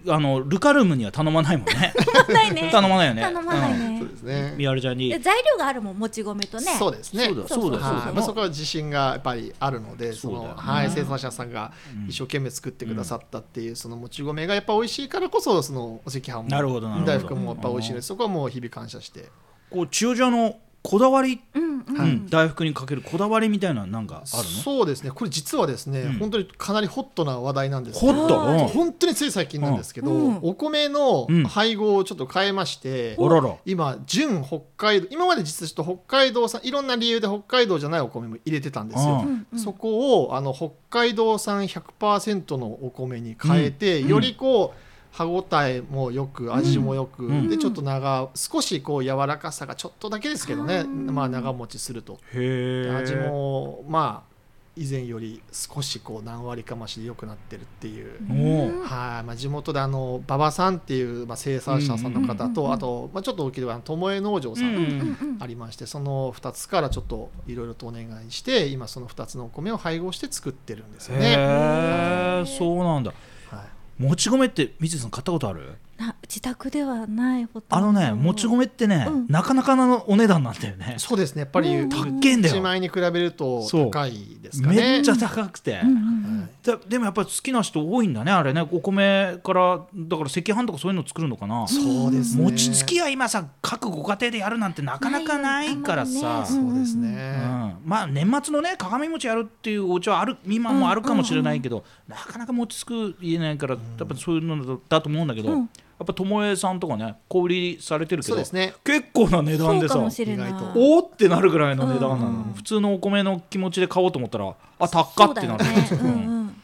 あのルカルームには頼まないもん ね
頼まないね
頼まないよね
頼まないね
そうですね。
みやるちゃんに
で材料があるもんもち米とね
そうですね。
そうだそうだ
は
そ
い、
う
ま
だ
あ、そこは自信がやっぱりあるので、そ
そう
の
だよね
はい、生産者さんが一生懸命作ってくださったっていう、そのもち米がやっぱ美味しいからこそ、そのお赤飯も。
なるほどなるほど
大福もやっぱ美味しいので、そこはもう日々感謝して。
こう千代ちゃんのこだわり、
うんうん
うん大福にかけるこだわりみたいなのなんかあるの
そうですねこれ実はですね、
うん
本当にかなりホットな話題なんですけ
ホ
ど
ット、うん
本当につい最近なんですけど、
うん
お米の
うん
配合をちょっと変えまして、
おらら
今純北海道今まで実はちょっと北海道産いろんな理由で北海道じゃないお米も入れてたんです
あ
よ
あ。
うんうん
そこをあの北海道産100%のお米に変えて、
うん
よりこう歯ごたえもよく味もよく、
うん
でちょっと長少しこう柔らかさがちょっとだけですけどね、
うん
まあ、長持ちすると
へえ
味もまあ以前より少しこう何割か増しで良くなってるっていう、
お
うん
はいまあ、地元であの馬場さんっていう、まあ、生産者さんの方と、
うんうん
あと、まあ、ちょっと大きいのは巴農場さん、
うん
うんうん
ありましてその2つからちょっといろいろとお願いして今その2つのお米を配合して作ってるんですよね。
へえそうなんだ
はい
もち米って水野さん買ったことある
な自宅ではないほと
あ
んど
のねもち米ってね、
うん
なかなかのお値段なんだよね
そうですねやっぱり
うん
高えんだ
1
よ
枚に比べると
そう
高いですかね。
めっちゃ高くて、
うんうん
はい
だでもやっぱり好きな人多いんだねあれねお米からだから赤飯とかそういうの作るのかな
そうですね。
餅つきは今さ各ご家庭でやるなんてなかなかないからさ、
ないよ
そうです
う
ね。
ん、まあ年末のね鏡餅やるっていうお家はある今もあるかもしれないけど、なかなか餅つく言えないからやっぱそういうのだだと思うんだけど、
うん
やっぱ巴さんとかね小売りされてるけ
そう
ど、
ですね。
結構な値段
そ
で
うか
さ
もしれない
意外と
おーってなるぐらいの値段なの、
うん
普通のお米の気持ちで買おうと思ったらあ高っってなる
そうだよねうんうん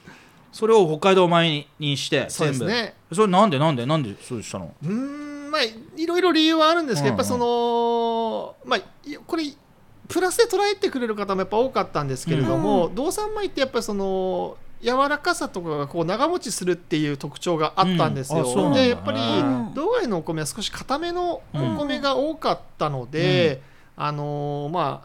それを北海道米にして
そう
全
で
部
す
そ,、れ
ね。
なんでなんでなんでそうしたの
うーんまあいろいろ理由はあるんですけど、
うんうん
やっぱそのまあいこれプラスで捉えてくれる方もやっぱ多かったんですけれども、道産米ってやっぱりその柔らかさとかがこう長持ちするっていう特徴があったんですよ。
うんあそうなんだ
でやっぱり
うん
道外のお米は少し固めのお米が多かったので、あのーま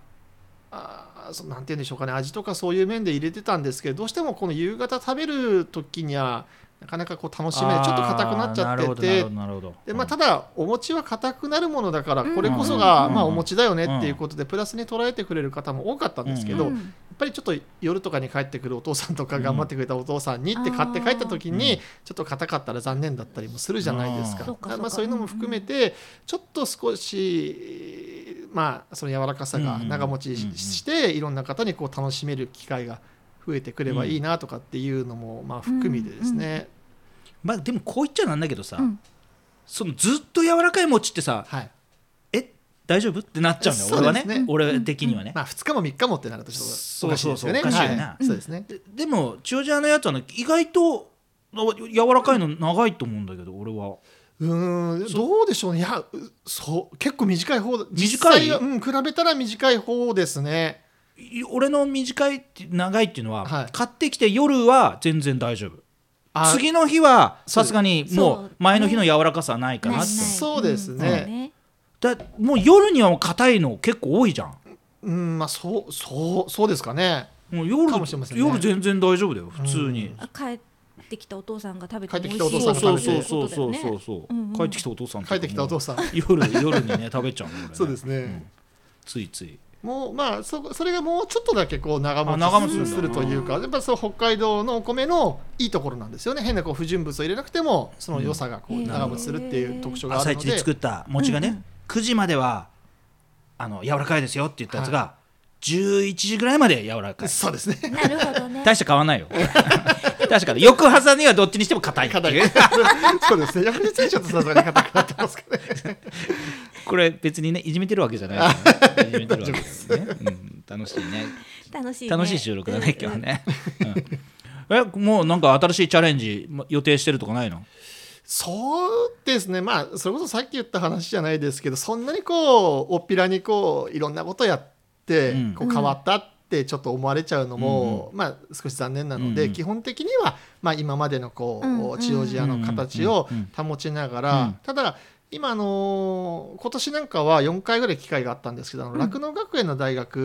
ああーそうなんて言うんでしょうかね味とかそういう面で入れてたんですけどどうしてもこの夕方食べる時にはなかなかこう楽しめないちょっと硬くなっちゃ
あーなるほ
って
どなるほ
て
どなるほど
でまあ、ただお餅は硬くなるものだから
うん
これこそが、
うん
まあ、お餅だよねっていうことでプラスに捉えてくれる方も多かったんですけど、
う
やっ
ん
ぱりちょっと夜とかに帰ってくるお父さんとか頑張ってくれたお父さんにって買って帰った時
う
に
ん
ちょっと硬かったら残念だったりもするじゃないですか,、
うん
そうかそうか
まあ、そういうのも含めてちょっと少し、まあ、その柔らかさが長持ちし,、
うん
ていろんな方にこう楽しめる機会が増えてくればいいなとかっていうのも、まあ、含みでですね、
まあでもこう言っちゃなんだけどさ、
うん
そのずっと柔らかい餅ってさ
はい
え大丈夫ってなっちゃうんだよ俺
そ
は
うで
ね
すね
俺的にはね、
まあ、2日も3日もってなるとちょっとおかしいですよね。
そうそうそうおかしいよね
はいそうですね
ででも千代ちゃんのやつはね意外とあ柔らかいの長いと思うんだけど俺は
うーんどうでしょうねいやうそう結構短い方だ
短い
実際はうん、比べたら短い方ですね
い俺の短いって長いっていうのは、
はい
買ってきて夜は全然大丈夫
あ
次の日はさ
そうです
すがに
そ
も
う
う前の日の柔らかさはないかな
な
っ
い
て
ない
そうですね
んそうね
だもう夜にはもう硬いの結構多いじゃん
うんまあそうそうそうですかね
もう夜
かもしれませんね
夜全然大丈夫だよ普通に、
うん
あ帰ってきたお父さんが食べても美味しい
帰ってき
そ
たお
う
父さ
そ
ん
う
が食
そ
べて
うそうそう
ってこ
そう
とだよね
そう、
うんうん
帰ってきたお父さんとか
帰
も
ってきたお父さん
夜夜にね食べちゃうの俺ね
そうですね
んついつい
もうまあそそれがもうちょっとだけこう長
あ長
持
持ち
ち
す
す
る
るというかやっぱりそう北海道のお米のいいところなんですよね変なこう不純物を入れなくてもその良さがこう
うん
長持ちするっていう特徴があ
朝
るの
一
で、
で作った餅がね、
うんうん
9時まではあの柔らかいですよって言ったやつが、11時ぐらいまで柔らかい
そうですね
なるほどね
大して変わんないよ 確かに翌朝にはどっちにしても硬いって
硬い
いう
そうですね薬についちゃうとさすがに硬くなってますからね
これ別にねいじめてるわけじゃないからねいじめてるわけじゃないね、うん、楽しいね
楽しいね
楽しい収録だね今日ね、うんえもうなんか新しいチャレンジま予定してるとかないの
そうですねまあそれこそさっき言った話じゃないですけどそんなにこうおっぴらにこういろんなことやって、
うん
こう変わったってちょっと思われちゃうのも、まあ、少し残念なので、
うんうん
基本的には、まあ、今までのこう、
うんうん
千代寺の形を
うんうん
保ちながら、
うん
ただ今、あのー今年なんかは4回ぐらい機会があったんですけどあの酪農、学園の大学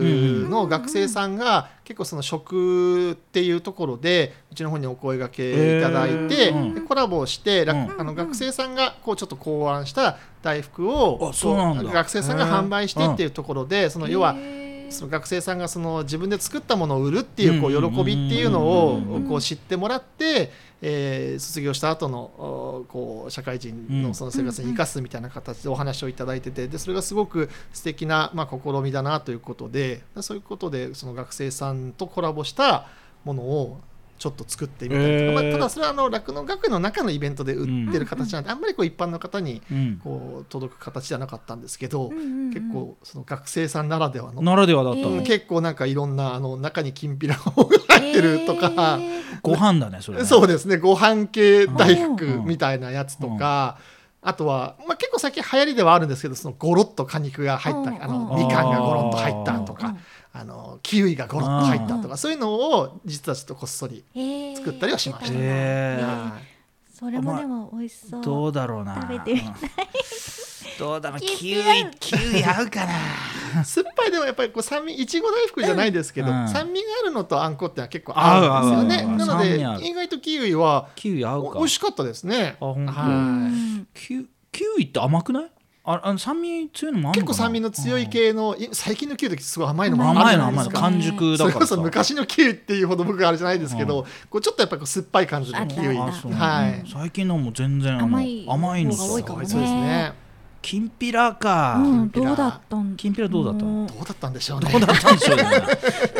の学生さんが結構その食っていうところでうちの方にお声がけいただいて、
へー
でコラボをして、ら
うん
あの学生さんがこうちょっと考案した大福を
あそうなんだ
こう学生さんが販売してっていうところでその要は
へー
その学生さんがその自分で作ったものを売るっていうこう喜びっていうのをこう知ってもらって、えー卒業した後のおこう社会人のその生活に生かすみたいな形でお話をいただいててでそれがすごく素敵なまあ試みだなということでそういうことでその学生さんとコラボしたものをちょっと作ってみたりとか、
へー
まあ、ただそれはあの酪農学園の中のイベントで売ってる形なんで、あんまりこう一般の方に
うん
こう届く形じゃなかったんですけど、
結
結構その学生さんならではの、
ならではだった
うん
ね
結構なんかいろんなあの中にきんぴらが 入ってるとか、
ご飯だねそれね
そうですねご飯系大福
うん
みたいなやつとか、あとは、まあ、結構最近流行りではあるんですけどそのゴロッと果肉が入った、
うん
あの
うん
みかんがゴロッと入ったと
うん
か、あのキウイがゴロッと入ったとか、そういうのを実はちょっとこっそり。作ったりはしました
へえ
は
それもでも美味しそう。
どうだろうな
食べてみたい
どうだろうキ
キ
ウイ
ウイ
キウイ合うかない
酸っぱいでもやっぱりこう酸味いちご大福じゃないですけど、
うん
酸味があるのとあんこってのは結構
合
合
う合う
う
ん合
で
う
すよ
合う
ねな
酸味あ
の
る
で意外とキウイは
キウイ合う
お
か
美味しかったですね
あ本当
はい
キウキウイって甘くないああの酸味強いのもある
結
のか
構
な
酸味の強い系の、い最近のキウイってすごい甘いの
うん
もある
甘い
じ
の
ゃな
甘い
いです
の
か。
完熟
そ
だ
れ
から
こ
さ
そ昔のキウイっていうほど僕あれじゃないですけど、
う
こうちょっとやっぱりこう酸っぱい感じのキウイ
あ
あ
った
そう
はい
最近のも全然あの
甘い
甘いの
方が多いかもね
そうですね
きんぴらか、
うん、どうだったん
きんぴらどうだったの
どうだったんでしょう
ど
ね
うだったんでしょうね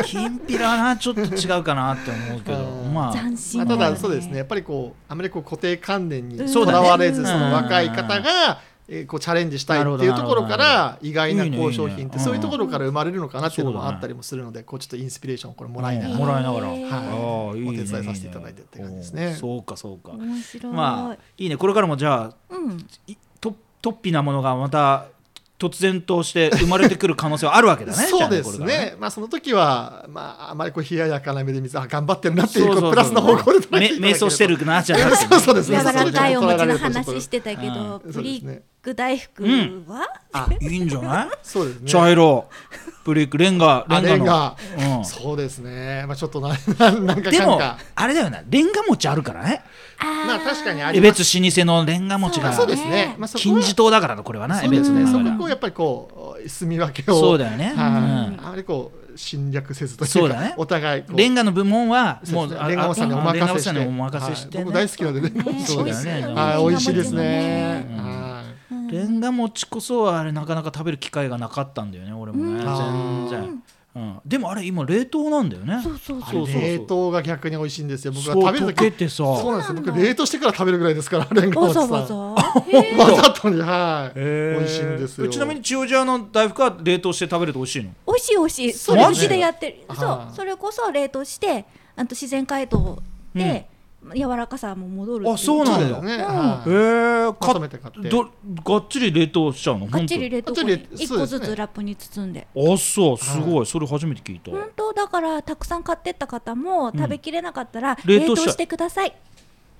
きんぴらなちょっと違うかなって思うけど
うん
まあ
斬新
まあ、
だ
た
よ
だそうですねやっぱりこうあまりこう固定観念に
そ
と
うだね
らわれず
うん
その若い方が、えーこうチャレンジしたいっていうところか
な
ら意外なこう商
いい
品っ
ねいい
て
ね
そういうところから生まれるのかなっていうの
そう
も
だ
あ
ね
ったりもするのでこうちょっとインスピレーションをこれもらいなが
も
ら、
らいながら、
へー
ああいいね
お手伝いさせていただいてって感じですね
いいねうんそうかそうか、
面白い。
まあいいねこれからもじゃあ
うん、
いと突飛なものがまた突然として生まれてくる可能性はあるわけだね
そうです
じゃあこ
ね
れから
まあ、その時は、まあ、あまりこう冷ややかな目で見ずあ頑張ってるなっていう
そうそう
こ
そう
うプラスの方向で捉えていただければ
め瞑想してるなじゃなくて
そうそうです
柔
ね
らかいお餅の
そう
話
で
し
すね
てたけど、
うん
ブリック大福は、
あ
いいんじゃない、
そうですね
茶色ブリックレンガレ
あ
ンガ
れ
の
が、
うん
そうですねまあちょっとな なんか
で
かん
も
か
あれだよなレンガ餅あるからね
あ
まあ確かにあ
江
りま
別
す
老舗のレンガ餅
あ
が
そうですね、まあ、そこ
金
は
字塔だからなこれはな江
そうで
別
す
の
ねそ
中では
こをやっぱりこう住み分けを
そうだよね、
はい
うん
あまりこう侵略せずというか
そうだね
お互いこう
レンガの部門はもう
そうですね
あ
レンガおじさんにお
レン
任せして
ガおじさんにお任せして
は
ね
い僕大好きなんでレンガおじさん
そうだよね
はい美味しいですね
うん
はい
レンガ餅こそあれなかなか食べる機会がなかったんだよね俺もね
う
全
ん
然、うん、でもあれ今冷凍なんだよね
そうそう
あ
そう。
れ冷凍が逆に美味しいんですよ僕は
そう
食べる
溶
時
けてさ
そうなんですよ僕冷凍してから食べるぐらいですからレンガお
わ
じさ
ざ
ん
わざ。
わざとにはい
へー
美味しいんですよ
ちなみに千代ジャーの大福は冷凍して食べると美味しいの
美味しい美味し い。そ
マ
れ
ジ
うちでやってる。そ
は
う、
い
それこそ冷凍して、あと自然解凍で柔らかさも戻るってい。
あそう
そ
な
う
だ
んですよね
うん
は
え
い
ー、
まと
か
めて買って
どがっちり冷凍しちゃうの
がっちり冷凍庫
がっ
に
ちり
一
そう
個
です
ず
ね
つラップに包んで。
あそうすごい、それ初めて聞いた、
本当だからたくさん買ってった方も食べきれなかったら
冷
冷
凍し
凍
ちゃう
してください。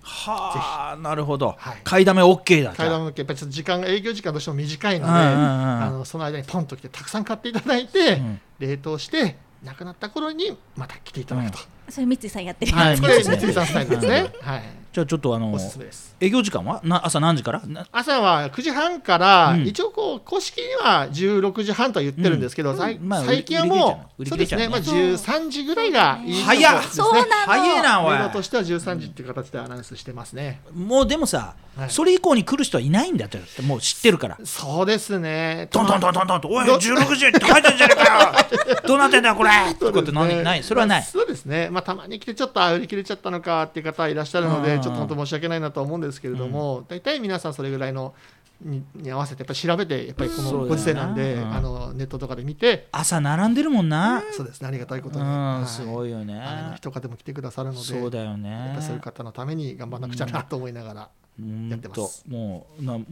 はあなるほど、
はい
買いだめ OK だ
買い物向けやっぱりちょっと時間が営業時間どうしても短いので
うんうんうん
あのその間にポンと来てたくさん買っていただいて、
ん
冷凍してなくなった頃にまた来ていただくと、
それ三井さんやってる。
はい
それ
そうですね
三井さんスタイルですね、はい、
じゃあちょっとあの
おすすめです
営業時間はな朝何時からな
朝は9時半から、
うん
一応こう公式には16時半とは言ってるんですけど、
うん
さい
うんまあ
最近はもう
売り
そ
切れ
うで
ちゃ
す
うね
ね、まあ、
そう
13時ぐらいがいいとこ
早っ
ですね
そうなの。
早いなおい
営業としては13時っていう形でアナウンスしてますね、
もうでもさ、
はい
それ以降に来る人はいないんだってもう知ってるから
そうですね
トントントントントンと「おい16時って書いてんじゃねえかよ どうなってんだよこれ!」ってことな
ね
ないそれはない
まあ、そうですね、まあ、たまに来てちょっとあ売り切れちゃったのかっていう方いらっしゃるの
う
で
ん
ちょっと本当申し訳ないなと思うんですけれども大体、皆さんそれぐらいのにに合わせてやっぱ調べてやっぱりこ
そ
の
うだよな
ご時世なんで、
うん
あのネットとかで見て
朝並んでるもんな
そうですねありがたいこと
う
に、
ん、
はい
すごいよ
あの
ね
人かでも来てくださるので
そうだよ
や
ね
っぱそういう方のために頑張らなくちゃなと思いながら、やってます
うんともうなも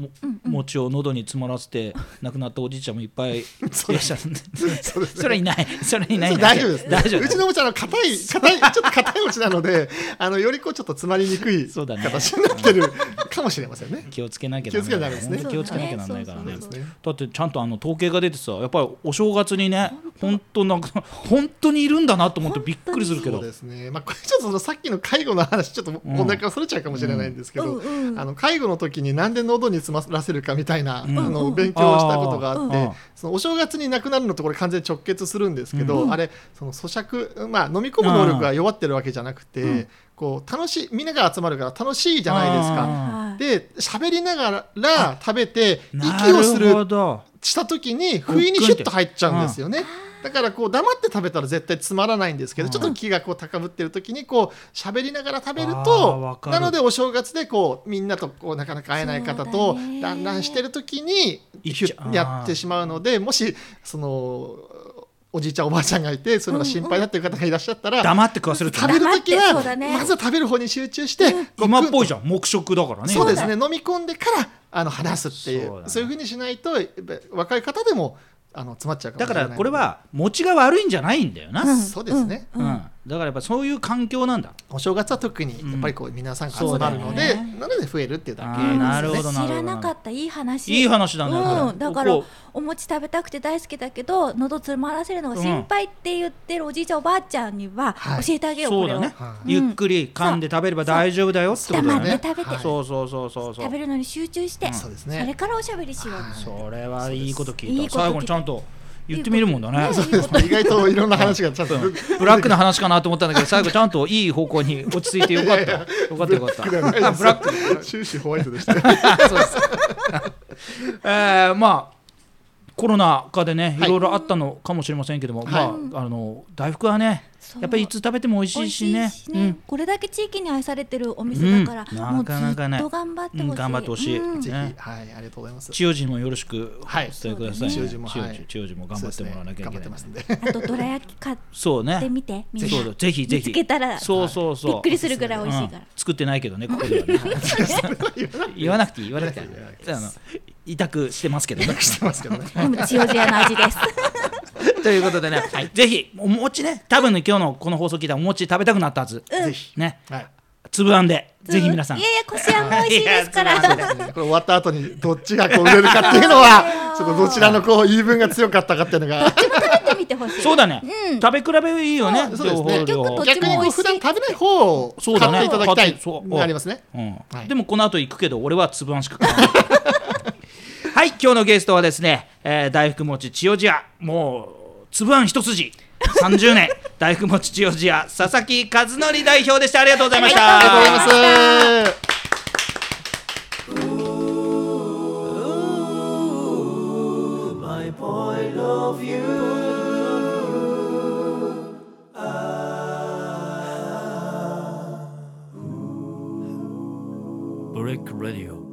餅を喉に詰まらせて亡くなったおじいちゃんもいっぱいいらっしゃるんで
そうです
そ
ね
れはいないそれはいない
そう大丈夫です。
大丈夫
うちのお餅あの硬い硬いちょっと硬い餅なので、あのよりこうちょっと詰まりにくい
そうだね
形になってるかもしれま せんね。
気をつけなきゃ
気をつけなきゃダメですね
本当気をつけなきゃなんないから
そう
ね
だね
ですね
だってちゃんとあの統計が出てさやっぱりお正月にね本当なんか本当にいるんだなと思ってびっくりするけ
そう
ど
ですね、まあ、これちょっとそのさっきの介護の話ちょっと問題からそれちゃうかもしれないんですけど、
うんうん
あの介護の時に何で喉に詰まらせるかみたいな、
うん
あ
うんう
の
ん
勉強をしたことがあって、
あー
そのお正月に亡くなるのとこれ完全に直結するんですけど、
うん
あれその咀嚼、まあ、飲み込む能力が弱ってるわけじゃなくて、
うん
こう楽しいみんなが集まるから楽しいじゃないです
あ
か。
はい
で喋りながら食べて
な
息をす
るほ
る
ど
した時に不意にヒュッと入っちゃうんですよね。だからこう黙って食べたら絶対つまらないんですけど、
うん
ちょっと気がこう高ぶってる時にこう喋りながら食べる
あーわ
と
かる
なのでお正月でこうみんなとこうなかなか会えない方
そうだ
と
ね
だんだんしてる時に
いっ
ヒュ
ちゃ
ッやってしまうのでもしそのおじいちゃんおばあちゃんがいてそういうのが心配だっていう方がいらっしゃったら、
黙って食わせるって
食べる時
黙って
は
そうだね
まずは食べる方に集中して、ごくん
今っぽいじゃん黙食だからね
そうです
そ
ね飲み込んでからあの話すってい
そ
うそうう,、
だね
いうふうにしないとやっぱ若い方でもあの詰まっちゃうかも
だ
し
か
れない
らこれは持ちが悪いんじゃないんだよな、
うん
そうですね
うんだからやっぱそういう環境なんだ
お正月は特にやっぱりこう皆さんが集まるの
そうだ
で、
ね
なので増えるっていうだけ
あーなるほ
です
ど
ね。
なるほど
知らなかったいい話
いい話だねこ
う
れ
ん、だから
こ
お餅食べたくて大好きだけど喉詰まらせるのが心配って言ってるおじいちゃんおばあちゃんには
はい
教えてあげよう、
そう
これ
だ
を、
ね、
はい
ゆっくり噛んで食べれば大丈夫だよってことだよ
黙っ
ね
て食べて、
はい
そうそうそうそうそう
食べるのに集中して、
うん
そうですね
それからおしゃべりしよう、
それはいいこと聞いた
いいこと聞いた
最後にちゃんと言ってみるもんだね
いいことね
そう
意外といろんな話がちゃんと
ブラックな話かなと思った んだけど最後ちゃんといい方向に落ち着いてよかったよかったよかったあブラック
ク終始ホワイトでした。
そうです。えーまあコロナ禍でね、い
はい
ろいろあったのかもしれませんけども、まあ、あの大福はね、
そう
やっぱりいつ食べても美味し
美
い
味
し
し
ね
い。しね、これだけ地域に愛されてるお店だから、
うん
もう
なかなかね
ずっと頑張って
う
ほ
んう
しい、
ん頑張ってほしい
うん
ぜひ、
ね
はい、ありがとうございます。
千代人もよろしくお
はい
伝えくださいね。
そうですね千代人もは
千
い
代千代人も頑張ってもらわなきゃいけ
そうですね頑張って
な
ます
い。
んで。
あとどら焼き買っ
そう
て
ね。
みてみん
そう
な
だ、ぜひぜ
見
ひ。
つけたら
そうそうそう。
びっくりするぐらい美味しいから
うん、作ってないけどね、ここでは ね。言わなくていい、言わなくていい。あの委託してますけどね。
してますけどね。
でも千代屋の味です
ということでね、ぜひお餅ね、多分ね今日のこの放送聞いたらお餅食べたくなったはず。
ぜひ。
ね、
はい。
粒あんでぜひ皆さん
いやいやこしあんも美味しいですから
いやそう
これ終わった後にどっちがこう売れるかっていうのは、ちょっとどちらのこう言い分が強かったかっていうのが。
食べてみてほしい
そうだね、
うん
食べ比べいいよね
そう
両
そう
方
ですね
両方
どっち
逆に
も
こ
美味
う
しい
普段食べない方を
そうだ
買っ
ね
ていただきた
買ってそう
い。ありますね。
うん
はい
でもこの後行くけど俺は粒あんしか買わないはい今日のゲストはですね、えー大福餅千代寺屋もう粒あん一筋30年 大福餅千代寺屋佐々木和則代表でしたありがとうございまし
ありがとうご
た
ざいます。
my point of view. Ah. Brick Radio.